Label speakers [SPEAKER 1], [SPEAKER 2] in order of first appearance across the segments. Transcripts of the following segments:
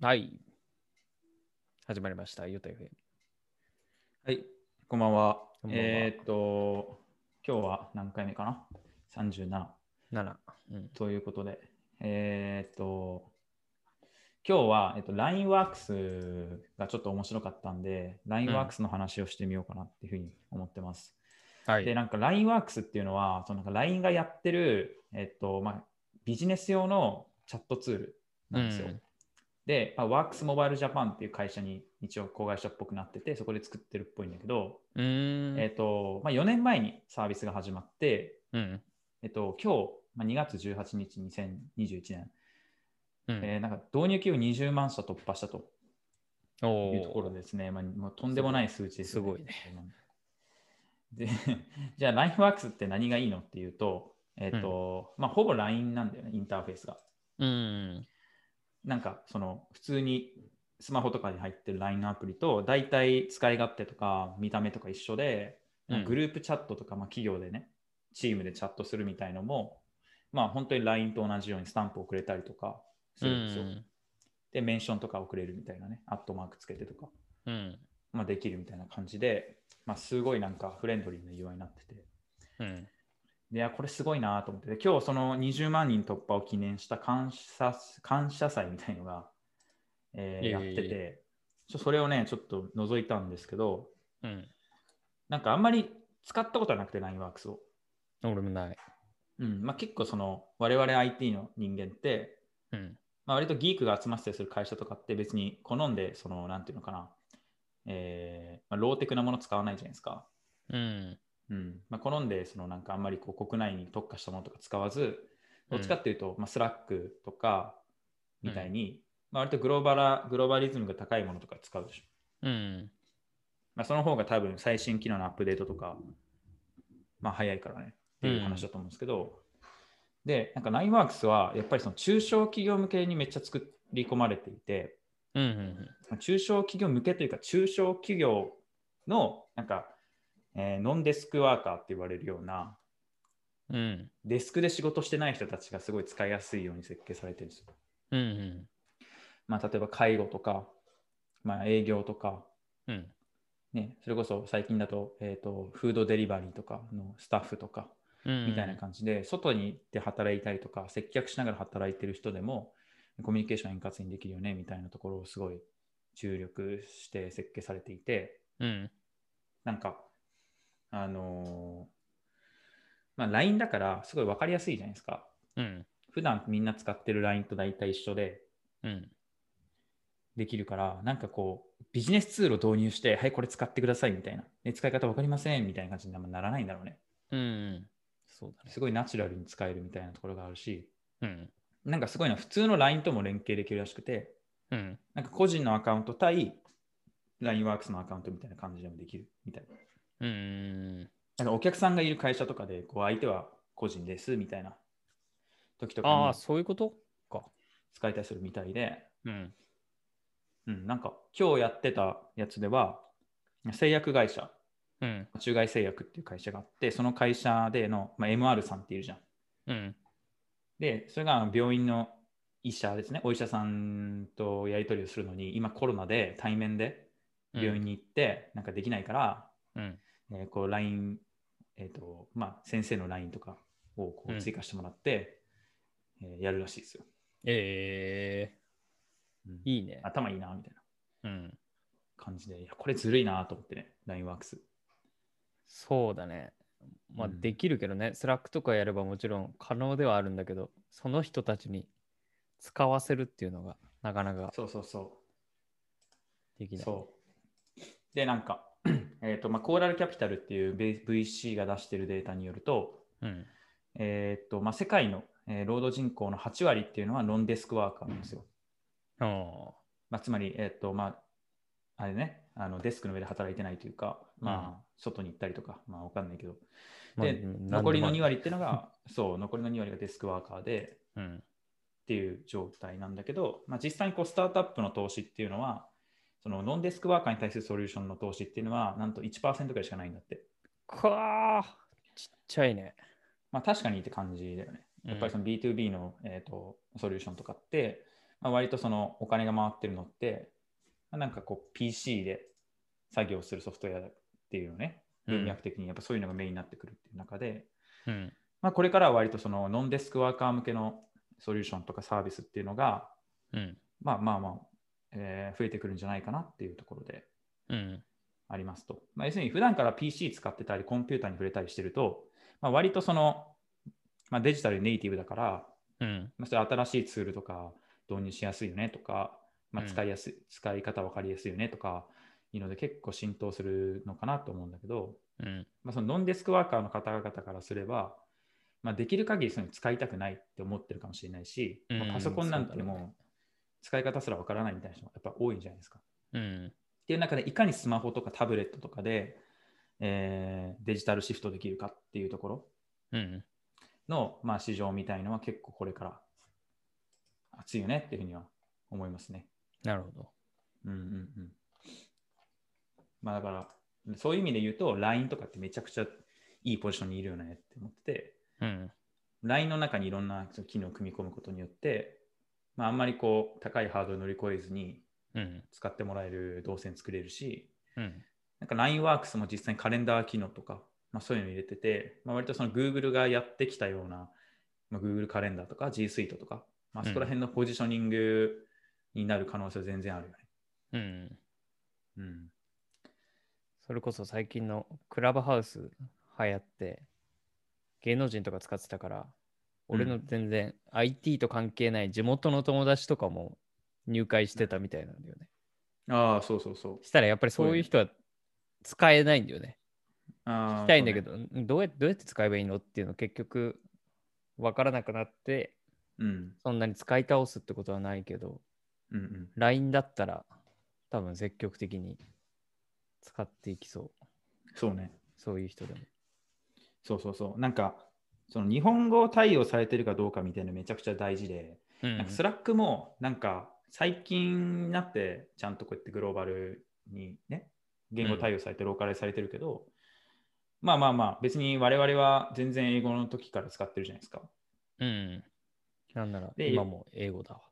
[SPEAKER 1] はい。始まりました。ゆうた FM。
[SPEAKER 2] はい、こんばんは。
[SPEAKER 1] こんばんは
[SPEAKER 2] えーっと、今日は何回目かな ?37
[SPEAKER 1] 7。うん。
[SPEAKER 2] ということで、えーっと、今日は、えっと、LINEWORKS がちょっと面白かったんで、LINEWORKS の話をしてみようかなっていうふうに思ってます。
[SPEAKER 1] は
[SPEAKER 2] で、
[SPEAKER 1] い。
[SPEAKER 2] なんか LINEWORKS っていうのは、そのなんか LINE がやってる、えっと、まあ、ビジネス用のチャットツールなんですよ。
[SPEAKER 1] うん
[SPEAKER 2] で、まあ、WorksMobile Japan っていう会社に一応子会社っぽくなってて、そこで作ってるっぽいんだけど、
[SPEAKER 1] うーん。
[SPEAKER 2] えっとまあ、4年前にサービスが始まって、
[SPEAKER 1] うん。
[SPEAKER 2] えっと今日、まあ、2月18日、2021年、
[SPEAKER 1] うん。
[SPEAKER 2] えーなんか導入企業20万社突破したと
[SPEAKER 1] お
[SPEAKER 2] いうところ
[SPEAKER 1] ー
[SPEAKER 2] ですね、まあ、もうとんでもない数値です、
[SPEAKER 1] すごいね。
[SPEAKER 2] で じゃあ、LINEWORKS って何がいいのっていうと、えっとまあ、ほぼ LINE なんだよね、インターフェースが。
[SPEAKER 1] うん。
[SPEAKER 2] なんかその普通にスマホとかに入ってる LINE のアプリと大体使い勝手とか見た目とか一緒で、
[SPEAKER 1] うん
[SPEAKER 2] グループチャットとか、まあ、企業でねチームでチャットするみたいのも、まあ、本当に LINE と同じようにスタンプをくれたりとかす
[SPEAKER 1] う
[SPEAKER 2] るんですよ、
[SPEAKER 1] ん。
[SPEAKER 2] でメンションとか送れるみたいなねアットマークつけてとか、
[SPEAKER 1] うん。
[SPEAKER 2] まあ、できるみたいな感じで、まあ、すごいなんかフレンドリーな UI になってて
[SPEAKER 1] うん。
[SPEAKER 2] でいやこれすごいなと思ってで今日その20万人突破を記念した感謝感謝祭みたいのが、えー
[SPEAKER 1] ええ
[SPEAKER 2] やっててちょそれをねちょっと覗いたんですけど
[SPEAKER 1] うん。
[SPEAKER 2] なんかあんまり使ったことはなくて LINEWORKS を、
[SPEAKER 1] 俺もない。
[SPEAKER 2] うんまあ、結構その我々 IT の人間って、
[SPEAKER 1] うん。
[SPEAKER 2] まあ、割とギークが集まってたりする会社とかって別に好んでそのなんていうのかな、えーまあ、ローテクなもの使わないじゃないですか、
[SPEAKER 1] うん。
[SPEAKER 2] うんまあ、好んでそのなんかあんまりこう国内に特化したものとか使わずどっちかっていうと、まあ、スラックとかみたいに、まあ、割とグローバラグローバリズムが高いものとか使うでしょ、
[SPEAKER 1] うん。
[SPEAKER 2] まあ、その方が多分最新機能のアップデートとか、まあ、早いからねっていう話だと思うんですけど、でなんか LINEWORKS はやっぱりその中小企業向けにめっちゃ作り込まれていて
[SPEAKER 1] うん。うん。
[SPEAKER 2] 中小企業向けというか中小企業のなんか、えーノンデスクワーカーって言われるような
[SPEAKER 1] うん。
[SPEAKER 2] デスクで仕事してない人たちがすごい使いやすいように設計されてるんですよ。
[SPEAKER 1] うん。
[SPEAKER 2] まあ、例えば介護とか、まあ、営業とか、
[SPEAKER 1] うん。
[SPEAKER 2] ね、それこそ最近だと,、えー、とフードデリバリーとかのスタッフとか
[SPEAKER 1] うん。
[SPEAKER 2] みたいな感じで、外に行って働いたりとか接客しながら働いてる人でもコミュニケーション円滑にできるよねみたいなところをすごい注力して設計されていて
[SPEAKER 1] うん。
[SPEAKER 2] なんかあのーまあ、LINE だからすごい分かりやすいじゃないですか
[SPEAKER 1] うん。
[SPEAKER 2] 普段みんな使ってる LINE と大体一緒で
[SPEAKER 1] うん。
[SPEAKER 2] できるから、なんかこう、ビジネスツールを導入して、はい、これ使ってくださいみたいな、ね、使い方わかりませんみたいな感じにあんまならないんだろうね。
[SPEAKER 1] うん。そうだね。
[SPEAKER 2] すごいナチュラルに使えるみたいなところがあるし、
[SPEAKER 1] うん。
[SPEAKER 2] なんかすごいのは普通の LINE とも連携できるらしくて、
[SPEAKER 1] うん。
[SPEAKER 2] なんか個人のアカウント対 LINEWORKS のアカウントみたいな感じでもできるみたいな。
[SPEAKER 1] うん。
[SPEAKER 2] なんかお客さんがいる会社とかで、こう、相手は個人ですみたいな時とか
[SPEAKER 1] ああ、
[SPEAKER 2] に
[SPEAKER 1] そういうこと
[SPEAKER 2] 使えたりするみたいで、
[SPEAKER 1] うん。
[SPEAKER 2] うん、なんか今日やってたやつでは、製薬会社
[SPEAKER 1] うん。
[SPEAKER 2] 中外製薬っていう会社があって、その会社での、まあ、MR さんっているじゃん。
[SPEAKER 1] うん。
[SPEAKER 2] で、それがあの病院の医者ですね、お医者さんとやり取りをするのに、今コロナで対面で病院
[SPEAKER 1] に。
[SPEAKER 2] に行って、なんかできないから、
[SPEAKER 1] うん。
[SPEAKER 2] えーこう LINE、えっ、と、まあ、先生の LINE とかをこ
[SPEAKER 1] うん
[SPEAKER 2] う追加してもらって、えーやるらしいですよ。
[SPEAKER 1] え
[SPEAKER 2] うん
[SPEAKER 1] え。いいね。
[SPEAKER 2] 頭いいな、みたいな
[SPEAKER 1] うん。
[SPEAKER 2] 感じで、いや、これずるいなと思ってね、LINEWORKS。
[SPEAKER 1] そうだね。まあ、
[SPEAKER 2] うん
[SPEAKER 1] できるけどね、スラックとかやればもちろん可能ではあるんだけど、その人たちに使わせるっていうのがなかなか
[SPEAKER 2] そうそうそう。
[SPEAKER 1] できない。
[SPEAKER 2] そう。で、なんか、 えっと、まあ、コーラルキャピタルっていう V- VC が出してるデータによると、
[SPEAKER 1] うん。
[SPEAKER 2] えっと、まあ、世界の、えー労働人口の8割っていうのはノンデスクワーカーなんですよ。
[SPEAKER 1] あ
[SPEAKER 2] まあ、つまり、えっと、まあ、あれね、あのデスクの上で働いてないというか、まあ、外に行ったりとか、まあ、わかんないけど、
[SPEAKER 1] あ。
[SPEAKER 2] で残りの2
[SPEAKER 1] 割。
[SPEAKER 2] 割っていうのが、そう、残りの2割がデスクワーカーで、
[SPEAKER 1] うん。
[SPEAKER 2] っていう状態なんだけど、まあ、実際にこうスタートアップの投資っていうのはそのノンデスクワーカーに対するソリューションの投資っていうのはなんと1%ぐらいしかないんだって、
[SPEAKER 1] かあ、ちっちゃいね。
[SPEAKER 2] まあ、確かにって感じだよね
[SPEAKER 1] うん
[SPEAKER 2] やっぱりその B2B の、えー、とソリューションとかって、まあ、割とそのお金が回ってるのって、まあなんかこう PC で作業するソフトウェアっていうのね、文脈的にやっぱそういうのがメインになってくるっていう中で、
[SPEAKER 1] うん。
[SPEAKER 2] まあ、これからは割とそのノンデスクワーカー向けのソリューションとかサービスっていうのが、
[SPEAKER 1] うん。
[SPEAKER 2] まあまあまあ、えー増えてくるんじゃないかなっていうところで
[SPEAKER 1] うん。
[SPEAKER 2] ありますと。まあ、要するに普段から PC 使ってたり、コンピューターに触れたりしてると、まあ、割とその、まあ、デジタルネイティブだから、
[SPEAKER 1] うん。
[SPEAKER 2] まあ、それ新しいツールとか導入しやすいよねとか、まあ、
[SPEAKER 1] うん
[SPEAKER 2] 使いやすい、使い方分かりやすいよねとかいうので結構浸透するのかなと思うんだけど、
[SPEAKER 1] うん。
[SPEAKER 2] まあ、そのノンデスクワーカーの方々からすれば、まあ、できる限りその使いたくないって思ってるかもしれないし、ま
[SPEAKER 1] うん
[SPEAKER 2] あ、パソコンなんて
[SPEAKER 1] そうだ
[SPEAKER 2] もう使い方すら分からないみたいな人もやっぱ多いんじゃないですか。
[SPEAKER 1] うん。
[SPEAKER 2] っていう中でいかにスマホとかタブレットとかで、えーデジタルシフトできるかっていうところ
[SPEAKER 1] うん。
[SPEAKER 2] の、まあ、市場みたいのは結構これから熱いよねっていうふうには思いますね。
[SPEAKER 1] なるほど。
[SPEAKER 2] うんうんうん。まあだからそういう意味で言うと LINE とかってめちゃくちゃいいポジションにいるよねって思ってて
[SPEAKER 1] うん。
[SPEAKER 2] LINE の中にいろんなその機能を組み込むことによって、まあ、あんまりこう高いハードルを乗り越えずに
[SPEAKER 1] うん。
[SPEAKER 2] 使ってもらえる動線作れるし
[SPEAKER 1] うん。
[SPEAKER 2] なんか LINEWORKS も実際にカレンダー機能とか、まあ、そういうの入れてて、まあ、割とその Google がやってきたような、まあ、Google カレンダーとか G Suite とか、まあ、そこら辺のポジショニングになる可能性は全然あるよね。
[SPEAKER 1] うん。
[SPEAKER 2] うん。
[SPEAKER 1] それこそ最近のクラブハウス流行って芸能人とか使ってたから俺の全然 IT と関係ない地元の友達とかも入会してたみたいなんだよね。
[SPEAKER 2] ああ、そうそうそう。
[SPEAKER 1] したらやっぱりそういう人は使えないんだよね。
[SPEAKER 2] ああ
[SPEAKER 1] 聞きたいんだけど、どうやどうやって使えばいいのっていうの結局分からなくなって
[SPEAKER 2] そうねうん。
[SPEAKER 1] そんなに使い倒すってことはないけど
[SPEAKER 2] うんうん。
[SPEAKER 1] LINE だったら多分積極的に使っていきそう
[SPEAKER 2] そうね。
[SPEAKER 1] そういう人でも。
[SPEAKER 2] そうそうそう。なんか、その日本語対応されてるかどうかみたいなのめちゃくちゃ大事で、
[SPEAKER 1] うん
[SPEAKER 2] なんかスラックもなんか最近になってちゃんとこうやってグローバルにね言語対応されてローカルされてるけど、まあまあまあ別に我々は全然英語の時から使ってるじゃないで すか。
[SPEAKER 1] うん。なんなら、
[SPEAKER 2] で
[SPEAKER 1] 今も英語だわ。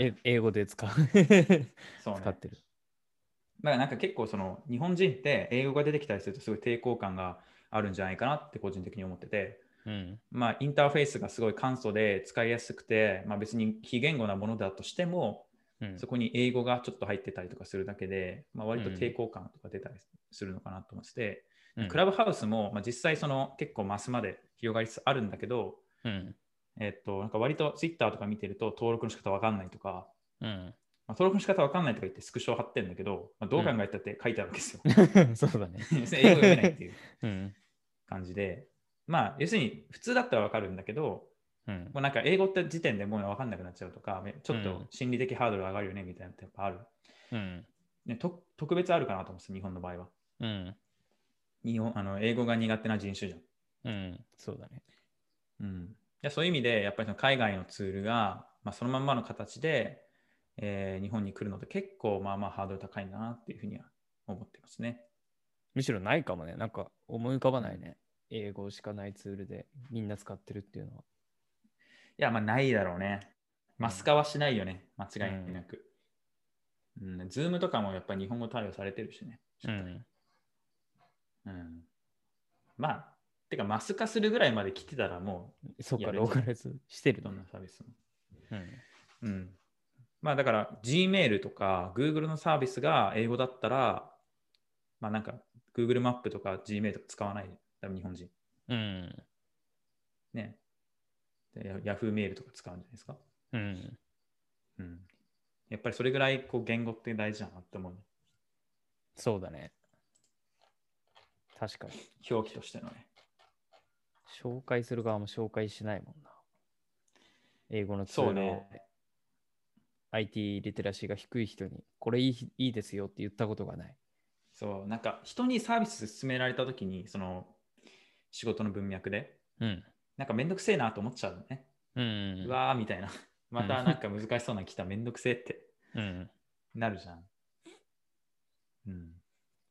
[SPEAKER 1] え英語で使う。
[SPEAKER 2] そうね。
[SPEAKER 1] 使ってる。
[SPEAKER 2] だからなんか結構その日本人って英語が出てきたりするとすごい抵抗感があるんじゃないかなって個人的に思ってて、
[SPEAKER 1] うん。
[SPEAKER 2] まあインターフェースがすごい簡素で使いやすくて、まあ別に非言語なものだとしても、
[SPEAKER 1] うん
[SPEAKER 2] そこに英語がちょっと入ってたりとかするだけで、まあ、割と抵抗感とか出たりするのかなと思ってて、
[SPEAKER 1] うん
[SPEAKER 2] クラブハウスも、まあ、実際その結構マスまで広がりつつあるんだけど、
[SPEAKER 1] うん。
[SPEAKER 2] えっと、なんか割と Twitter とか見てると登録の仕方わかんないとか、
[SPEAKER 1] うん。
[SPEAKER 2] まあ、登録の仕方わかんないとか言ってスクショを貼ってるんだけど、まあ、どう考えたって書いてあるわけですよ。
[SPEAKER 1] そうだね。
[SPEAKER 2] 英語読めないっていう
[SPEAKER 1] うん。
[SPEAKER 2] 感じで、まあ要するに普通だったらわかるんだけど、
[SPEAKER 1] うん
[SPEAKER 2] もうなんか英語って時点でもうわかんなくなっちゃうとか、ちょっと心理的ハードル上がるよねみたいなのってやっぱある。
[SPEAKER 1] うん。
[SPEAKER 2] ね、と特別あるかなと思うんですよ日本の場合は。
[SPEAKER 1] うん。
[SPEAKER 2] 日本あの英語が苦手な人種じ
[SPEAKER 1] うん。そうだね。
[SPEAKER 2] ゃん。うん、でそういう意味で、やっぱりその海外のツールが、まあ、そのまんまの形で、えー日本に来るので結構まあまあハードル高いなっていうふうには思ってますね。
[SPEAKER 1] むしろないかもね。なんか思い浮かばないね。英語しかないツールでみんな使ってるっていうのは。
[SPEAKER 2] いや、まあないだろうね。マス化はしないよね、間違いなく。うん、ズームとかもやっぱり日本語対応されてるしね。
[SPEAKER 1] うん。
[SPEAKER 2] うん、まあ、てかマス化するぐらいまで来てたらも
[SPEAKER 1] そっ
[SPEAKER 2] い
[SPEAKER 1] か、
[SPEAKER 2] や別
[SPEAKER 1] ロ
[SPEAKER 2] に
[SPEAKER 1] ーカライズして
[SPEAKER 2] う
[SPEAKER 1] る
[SPEAKER 2] ど
[SPEAKER 1] の
[SPEAKER 2] ん
[SPEAKER 1] ね
[SPEAKER 2] なサービスも。
[SPEAKER 1] うん。
[SPEAKER 2] うん。まあだから Gmail とか Google のサービスが英語だったら、まあなんか Google マップとか Gmail とか使わない、多分日本人。
[SPEAKER 1] うん。
[SPEAKER 2] ね。でヤ Yahoo メールとか使うんじゃないですか。
[SPEAKER 1] うん。
[SPEAKER 2] うん。やっぱりそれぐらいこう言語って大事だなって思うね。
[SPEAKER 1] そうだね。確かに。
[SPEAKER 2] 表記としてのね。
[SPEAKER 1] 紹介する側も紹介しないもんな。英語のツー
[SPEAKER 2] そう
[SPEAKER 1] ルを
[SPEAKER 2] ね。
[SPEAKER 1] IT リテラシーが低い人に、これいいひいいですよって言ったことがない。
[SPEAKER 2] そう。なんか人にサービス勧められたときに、その仕事の文脈で、
[SPEAKER 1] うん。
[SPEAKER 2] なんかめんどくせえなと思っちゃうのね。
[SPEAKER 1] うん
[SPEAKER 2] う。わーみたいな。 またなんか難しそうなの来ためんどくせえって。
[SPEAKER 1] うん。
[SPEAKER 2] なるじゃん。うん。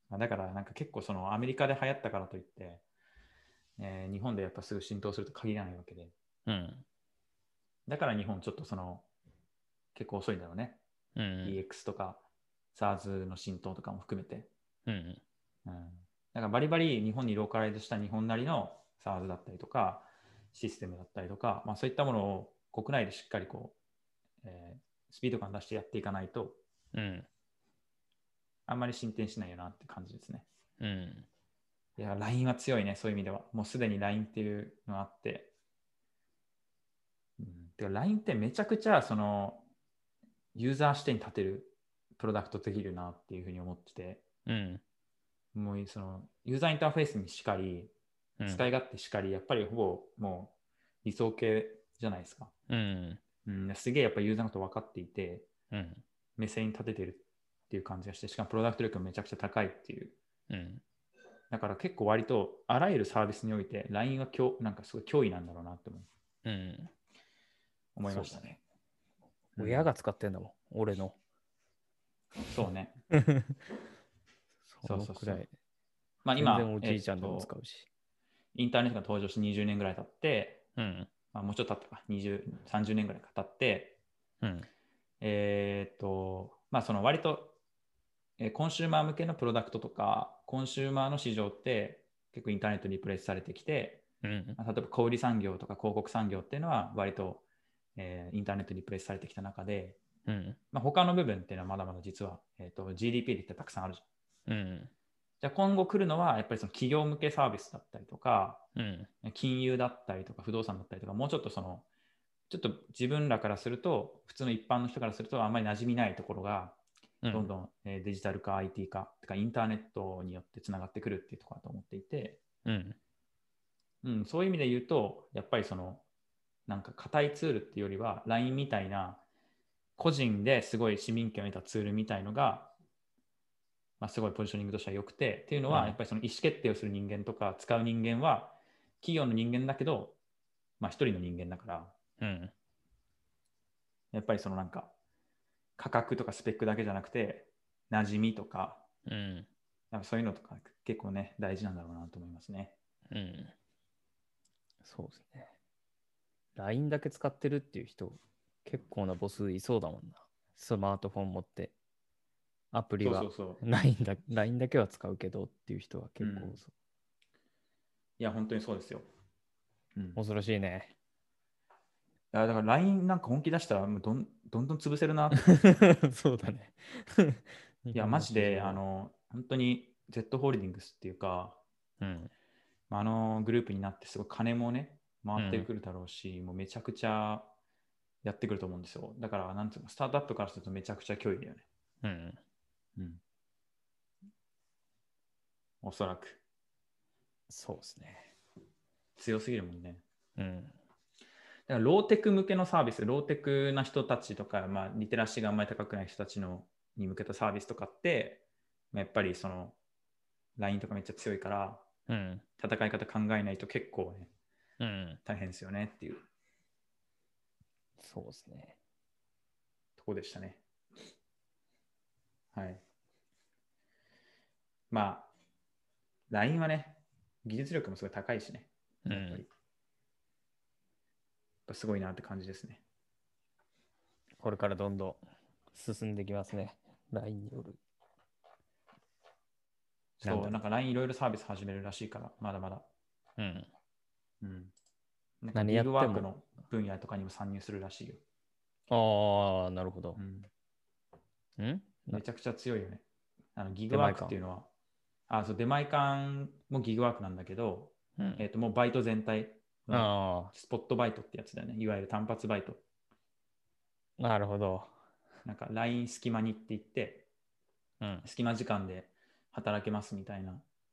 [SPEAKER 2] まあ、だから、なんか結構そのアメリカで流行ったからといって、えー日本でやっぱすぐ浸透すると限らないわけで、
[SPEAKER 1] うん。
[SPEAKER 2] だから日本ちょっとその結構遅いんだろうね。
[SPEAKER 1] うん
[SPEAKER 2] EX とか SARS の浸透とかも含めて。
[SPEAKER 1] うん。うん
[SPEAKER 2] うん、だからバリバリ日本にローカライズした日本なりの SARS だったりとか、システムだったりとか、まあ、そういったものを国内でしっかりこう、えースピード感出してやっていかないと、
[SPEAKER 1] うん。
[SPEAKER 2] あんまり進展しないよなって感じですね。
[SPEAKER 1] うん。
[SPEAKER 2] いや、LINE は強いね、そういう意味では。もうすでに LINE っていうのがあって。うん、てか LINE ってめちゃくちゃ、その、ユーザー視点に立てるプロダクトできるなっていうふうに思ってて、
[SPEAKER 1] うん。
[SPEAKER 2] もうその、ユーザーインターフェースにしかり、
[SPEAKER 1] うん。
[SPEAKER 2] 使い勝手しかり、やっぱりほぼもう理想系じゃないですか。
[SPEAKER 1] うん。
[SPEAKER 2] うん、すげえやっぱユーザーのこと分かっていて、
[SPEAKER 1] うん。
[SPEAKER 2] 目線に立ててるっていう感じがして、しかもプロダクト力もめちゃくちゃ高いっていう
[SPEAKER 1] うん。
[SPEAKER 2] だから結構割とあらゆるサービスにおいて LINE は強なんかすごい脅威なんだろうなって思う
[SPEAKER 1] うん。
[SPEAKER 2] 思いましたね。うん
[SPEAKER 1] 親が使ってんだもん、俺 の。
[SPEAKER 2] そうね。
[SPEAKER 1] そ
[SPEAKER 2] そう
[SPEAKER 1] の
[SPEAKER 2] そうそう
[SPEAKER 1] くらい。
[SPEAKER 2] まあ
[SPEAKER 1] 全
[SPEAKER 2] 今、
[SPEAKER 1] 然おじいちゃんでも
[SPEAKER 2] えっ
[SPEAKER 1] 使
[SPEAKER 2] と
[SPEAKER 1] うし。
[SPEAKER 2] インターネットが登場して20年ぐらい経って、
[SPEAKER 1] うん。
[SPEAKER 2] まあ、もうちょっと経ったか、20、30年ぐらい経って、
[SPEAKER 1] うん。
[SPEAKER 2] えーっと、まあその割と、えーコンシューマー向けのプロダクトとか、コンシューマーの市場って結構インターネットにリプレイスされてきて、
[SPEAKER 1] うん。
[SPEAKER 2] まあ例えば小売産業とか広告産業っていうのは割と、えーインターネットにリプレイスされてきた中で、
[SPEAKER 1] うん。
[SPEAKER 2] まあ、他の部分っていうのはまだまだ実は、えー、と GDP で言ってたくさんあるじゃん。
[SPEAKER 1] うん。
[SPEAKER 2] じゃあ今後来るのはやっぱりその企業向けサービスだったりとか、
[SPEAKER 1] うん。
[SPEAKER 2] 金融だったりとか不動産だったりとか、もうちょっとその、ちょっと自分らからすると、普通の一般の人からするとあんまり馴染みないところが、
[SPEAKER 1] う
[SPEAKER 2] どん
[SPEAKER 1] ん。
[SPEAKER 2] どんえーデジタル化、IT 化、とかインターネットによってつながってくるっていうところだと思っていて、
[SPEAKER 1] うん。
[SPEAKER 2] うん、そういう意味で言うと、やっぱりその、なんか硬いツールっていうよりは、LINE みたいな、個人ですごい市民権を得たツールみたいのが、まあ、すごいポジショニングとしては良くて、っていうの
[SPEAKER 1] う
[SPEAKER 2] は、
[SPEAKER 1] ん
[SPEAKER 2] やっぱりその意思決定をする人間とか、使う人間は、企業の人間だけど、まあ、一人の人間だから、
[SPEAKER 1] うん。
[SPEAKER 2] やっぱりそのなんか、価格とかスペックだけじゃなくて、馴染みとか、
[SPEAKER 1] うん。
[SPEAKER 2] なんかそういうのとか、結構ね、大事なんだろうなと思いますね。
[SPEAKER 1] うん。そうですね。LINE だけ使ってるっていう人、結構なボスいそうだもんな。スマートフォン持って、アプリ
[SPEAKER 2] そう
[SPEAKER 1] は
[SPEAKER 2] そうそう。
[SPEAKER 1] LINE だ LINE だけは使うけどっていう人は結構そ
[SPEAKER 2] いや、本当にそうですよ。うん
[SPEAKER 1] う、恐ろしいね。
[SPEAKER 2] いやだから LINE なんか本気出したらもうどんどんどん潰せるなって。
[SPEAKER 1] そうだ ね。
[SPEAKER 2] いや、マジで、あ、の、本当に Z ホールディングスっていうか、
[SPEAKER 1] うん、
[SPEAKER 2] まああのグループになってすごい金もね、回ってくるだろうし、もうめちゃくちゃやってくると思うんですよ。だから、なんつうか、スタートアップからするとめちゃくちゃ脅威だよね。
[SPEAKER 1] うん、
[SPEAKER 2] うん。おそらく。
[SPEAKER 1] そうですね。
[SPEAKER 2] 強すぎるもんね。
[SPEAKER 1] うん、
[SPEAKER 2] だからローテク向けのサービス、ローテクな人たちとか、まあ、リテラシーがあんまり高くない人たちのに向けたサービスとかって、まあ、やっぱりその LINE とかめっちゃ強いから、
[SPEAKER 1] うん、
[SPEAKER 2] 戦い方考えないと結構ね、
[SPEAKER 1] うん、
[SPEAKER 2] 大変ですよねっていう
[SPEAKER 1] そうですね。
[SPEAKER 2] とこでしたね。はい。まあ、LINE はね、技術力もすごい高いしね、
[SPEAKER 1] う
[SPEAKER 2] やっぱり。や
[SPEAKER 1] ん
[SPEAKER 2] っ、ぱすごいなって感じですね。
[SPEAKER 1] これからどんどん進んできますね。LINE による。なん
[SPEAKER 2] そ
[SPEAKER 1] だ
[SPEAKER 2] う、なんか LINE いろいろサービス始めるらしいから、まだまだ
[SPEAKER 1] うん、
[SPEAKER 2] うん。なんか
[SPEAKER 1] 何
[SPEAKER 2] ギ
[SPEAKER 1] やって
[SPEAKER 2] グ
[SPEAKER 1] も
[SPEAKER 2] ワークの分野とかにも参入するらしいよ。
[SPEAKER 1] ああ、なるほど
[SPEAKER 2] う。ん、
[SPEAKER 1] うん、
[SPEAKER 2] めちゃくちゃ強いよね。あのギグワークっていうのは、あそう出前館もギグワークなんだけど、
[SPEAKER 1] うん
[SPEAKER 2] えっともうバイト全体、
[SPEAKER 1] あ
[SPEAKER 2] スポットバイトってやつだよね。いわゆる単発バイト。
[SPEAKER 1] あ、なるほど。
[SPEAKER 2] なんか LINE 隙間にって言って、
[SPEAKER 1] うん、
[SPEAKER 2] 隙間時間で働けますみたいな。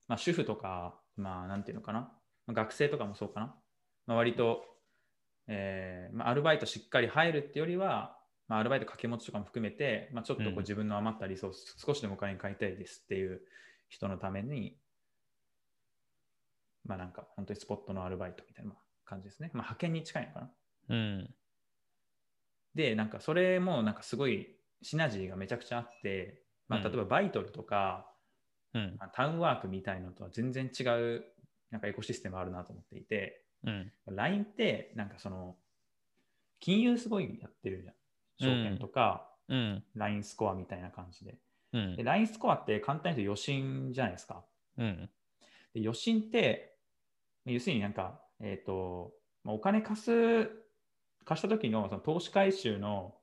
[SPEAKER 2] まあ主婦とか、まあなんていうのかな。まあ学生とかもそうかな。まあ、割と、えーまあ、アルバイトしっかり入るってよりは、まあ、アルバイト掛け持ちとかも含めて、まあ、ちょっとこ
[SPEAKER 1] うん
[SPEAKER 2] う自分の余ったリソース、少しでもお金に変えたいですっていう人のために、まあなんか本当にスポットのアルバイトみたいな感じですね。まあ派遣に近いのかな。
[SPEAKER 1] うん、
[SPEAKER 2] で、なんかそれもなんかすごいシナジーがめちゃくちゃあって、まあ、
[SPEAKER 1] うん
[SPEAKER 2] 例えばバイトルとか、
[SPEAKER 1] うん、
[SPEAKER 2] まあタウンワークみたいのとは全然違うなんかエコシステムあるなと思っていて、
[SPEAKER 1] うん、
[SPEAKER 2] LINE ってなんかその金融すごいやってるじゃん証券とか、
[SPEAKER 1] うん。
[SPEAKER 2] LINE スコアみたいな感じで。
[SPEAKER 1] うん
[SPEAKER 2] で、。LINE スコアって簡単に言うと余震じゃないですか。
[SPEAKER 1] うん。
[SPEAKER 2] で余震って、要するになんか、えっ、と、まあお金貸す、貸した時のその投資回収の、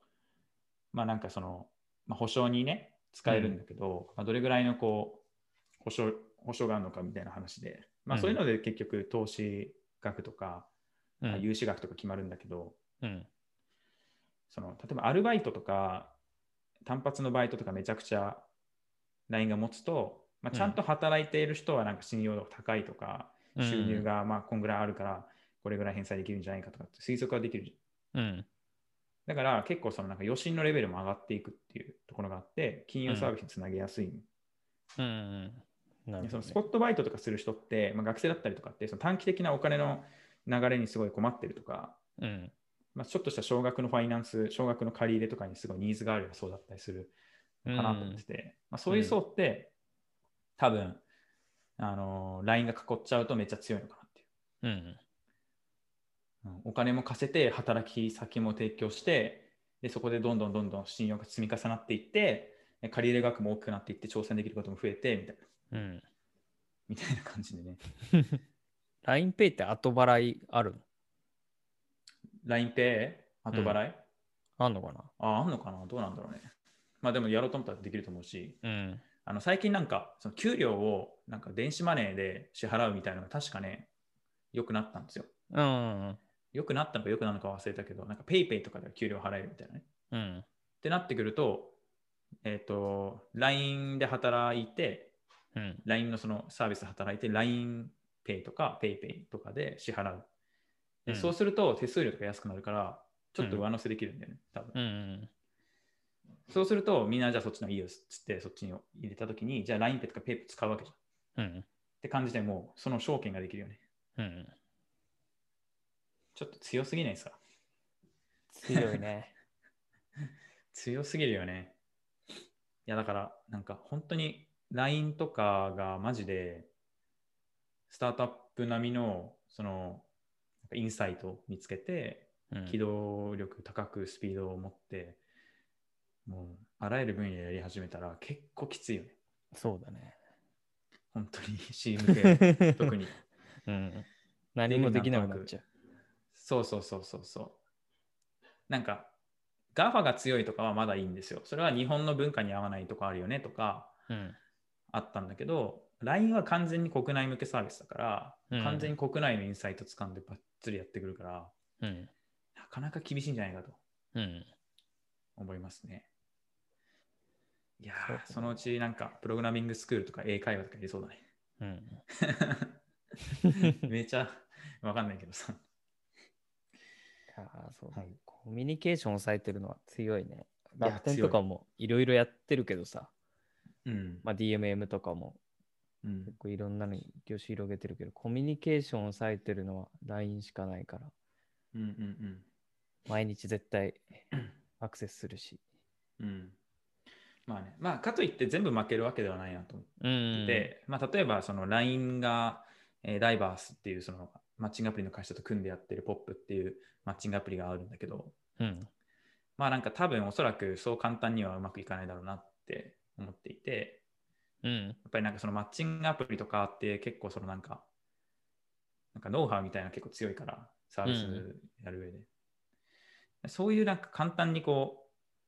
[SPEAKER 2] まあなんかその、まあ、保証にね、使えるんだけど、まあ、どれぐらいのこう、保証、保証があるのかみたいな話で、まあ
[SPEAKER 1] うん
[SPEAKER 2] そういうので結局投資額とか、
[SPEAKER 1] う
[SPEAKER 2] まあ
[SPEAKER 1] ん。
[SPEAKER 2] 融資額とか決まるんだけど、
[SPEAKER 1] うん。
[SPEAKER 2] その例えばアルバイトとか単発のバイトとかめちゃくちゃ LINE が持つと、ま
[SPEAKER 1] う
[SPEAKER 2] あ、
[SPEAKER 1] ん
[SPEAKER 2] ちゃんと働いている人はなんか信用度が高いとか、
[SPEAKER 1] うん
[SPEAKER 2] 収入。がまあこんぐらいあるからこれぐらい返済できるんじゃないかとかって推測ができるじゃ
[SPEAKER 1] う
[SPEAKER 2] ん
[SPEAKER 1] ん。
[SPEAKER 2] だから結構そのなんか余震のレベルも上がっていくっていうところがあって金融サービスにつなげやすい、
[SPEAKER 1] うんうん。なる
[SPEAKER 2] で
[SPEAKER 1] ほ
[SPEAKER 2] そ
[SPEAKER 1] ど
[SPEAKER 2] のス
[SPEAKER 1] ね
[SPEAKER 2] ポ。ットバイトとかする人って、まあ、学生だったりとかってその短期的なお金の流れにすごい困ってるとか、
[SPEAKER 1] うん。
[SPEAKER 2] まあ、ちょっとした少額のファイナンス、少額の借り入れとかにすごいニーズがあるようなそうだったりするのかなと思ってて、まあ、そういう層って、多分あのー LINE が囲っちゃうとめっちゃ強いのかなっていう。
[SPEAKER 1] うん。
[SPEAKER 2] うんお金も貸せて、働き先も提供してで、そこでどんどんどんどん信用が積み重なっていって、で借り入れ額も大きくなっていって、挑戦できることも増えてみたいな
[SPEAKER 1] うん。
[SPEAKER 2] みたいな感じでね。
[SPEAKER 1] LINEPay って後払いあるの
[SPEAKER 2] LINEPay、後払い、
[SPEAKER 1] あんのかな
[SPEAKER 2] ああ、んのかなどうなんだろうね。まあでもやろうと思ったらできると思うし、
[SPEAKER 1] うん。
[SPEAKER 2] あの最近なんか、その給料をなんか電子マネーで支払うみたいなのが確かね、良くなったんですよ。
[SPEAKER 1] うん。
[SPEAKER 2] 良くなったのか良くなるのか忘れたけど、なんか PayPay とかで給料払えるみたいなね。っ
[SPEAKER 1] うん。
[SPEAKER 2] てなってくると、えっ、と、LINE で働いて、
[SPEAKER 1] うん。
[SPEAKER 2] LINE のそのサービスで働いて、LINEPay とか PayPay とかで支払う。で
[SPEAKER 1] うん
[SPEAKER 2] そうすると手数料とか安くなるから、ちょっと上乗せできるんだよね、多分。
[SPEAKER 1] うん。
[SPEAKER 2] そうすると、みんなじゃあそっちのいいよっつって、そっちに入れたときに、じゃあ LINEPay とか PayPay 使うわけじゃん。っ
[SPEAKER 1] うん。
[SPEAKER 2] て感じでもう、その証券ができるよね。
[SPEAKER 1] うん。
[SPEAKER 2] ちょっと強すぎないですか
[SPEAKER 1] 強いね。
[SPEAKER 2] 強すぎるよね。いや、だから、なんか本当に LINE とかがマジで、スタートアップ並みの、その、なんかインサイトを見つけて、
[SPEAKER 1] うん
[SPEAKER 2] 機動力高くスピードを持って、もう、あらゆる分野やり始めたら結構きついよね。
[SPEAKER 1] そうだね。
[SPEAKER 2] 本当に C 向け、特に。
[SPEAKER 1] うん。何もできなくなっちゃう。
[SPEAKER 2] そうそうそうそうそう。なんか、GAFA が強いとかはまだいいんですよ。それは日本の文化に合わないとこあるよねとか
[SPEAKER 1] うん。
[SPEAKER 2] あったんだけど、LINE は完全に国内向けサービスだから、
[SPEAKER 1] うん
[SPEAKER 2] 完全に国内のインサイト掴んでばっつりやってくるから、
[SPEAKER 1] うん。
[SPEAKER 2] なかなか厳しいんじゃないかと
[SPEAKER 1] うん。
[SPEAKER 2] 思いますね。いや
[SPEAKER 1] そう
[SPEAKER 2] ー、そのうちなんか、プログラミングスクールとか英会話とか入れそう だね。
[SPEAKER 1] うん。
[SPEAKER 2] めちゃ、わかんないけどさ。
[SPEAKER 1] ああ、そうだ
[SPEAKER 2] はい
[SPEAKER 1] コミュニケーションを抑えてるのは強いね。
[SPEAKER 2] いや
[SPEAKER 1] 逆転とかもいろいろやってるけどさ、
[SPEAKER 2] うん。
[SPEAKER 1] まあ、DMM とかも
[SPEAKER 2] うん
[SPEAKER 1] 結構いろんなのに業種広げてるけど、コミュニケーションを抑えてるのは LINE しかないから、
[SPEAKER 2] うんうん
[SPEAKER 1] 毎日絶 対アクセスするし。
[SPEAKER 2] うん。うん。まあね、まあ、かといって全部負けるわけではないなと思って
[SPEAKER 1] うん。
[SPEAKER 2] で、まあ、例えばその LINE が、えーダイバースっていうそのマッチングアプリの会社と組んでやってる POP っていうマッチングアプリがあるんだけど、
[SPEAKER 1] うん。
[SPEAKER 2] まあなんか多分おそらくそう簡単にはうまくいかないだろうなって思っていて、
[SPEAKER 1] うん。
[SPEAKER 2] やっぱりなんかそのマッチングアプリとかって結構そのなんか、なんかノウハウみたいなの結構強いから、サービスやる上で。そういうなんか簡単にこう、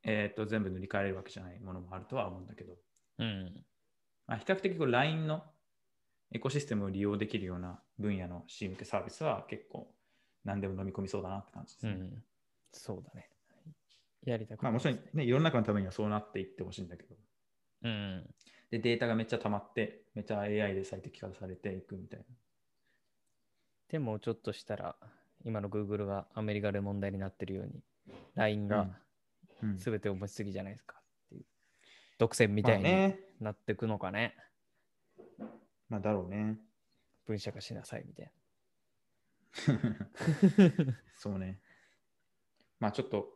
[SPEAKER 2] えっ、と全部塗り替えれるわけじゃないものもあるとは思うんだけど、
[SPEAKER 1] うん。
[SPEAKER 2] まあ、比較的こう LINE のエコシステムを利用できるような分野の C 向けサービスは結構何でも飲み込みそうだなって感じです
[SPEAKER 1] う
[SPEAKER 2] ね。
[SPEAKER 1] ん。そうだね。やりたく
[SPEAKER 2] まあもちろんね、世の中のためにはそうなっていってほしいんだけど。
[SPEAKER 1] うん。
[SPEAKER 2] で、データがめっちゃ溜まって、めっちゃ AI で最適化されていくみたいな。
[SPEAKER 1] でもちょっとしたら、今の Google がアメリカで問題になってるように、LINE が
[SPEAKER 2] うん
[SPEAKER 1] 全てお持ちすぎじゃないですかっていう、独占みたい
[SPEAKER 2] まあ
[SPEAKER 1] に
[SPEAKER 2] ね。
[SPEAKER 1] なってくのかね。
[SPEAKER 2] まあだろうね。
[SPEAKER 1] 分社化しなさいみたい
[SPEAKER 2] そうね。まあちょっと、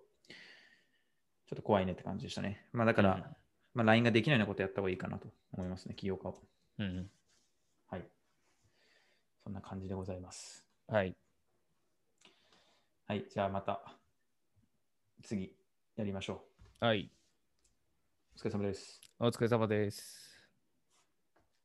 [SPEAKER 2] ちょっと怖いねって感じでしたね。まあだから、
[SPEAKER 1] うん
[SPEAKER 2] まあ LINE ができないようなことやった方がいいかなと思いますね、起業家を。
[SPEAKER 1] な。うん。
[SPEAKER 2] はい。そんな感じでございます。
[SPEAKER 1] はい。
[SPEAKER 2] はい、じゃあまた次やりましょう。
[SPEAKER 1] はい。
[SPEAKER 2] お疲れ様です。
[SPEAKER 1] お疲れ様です。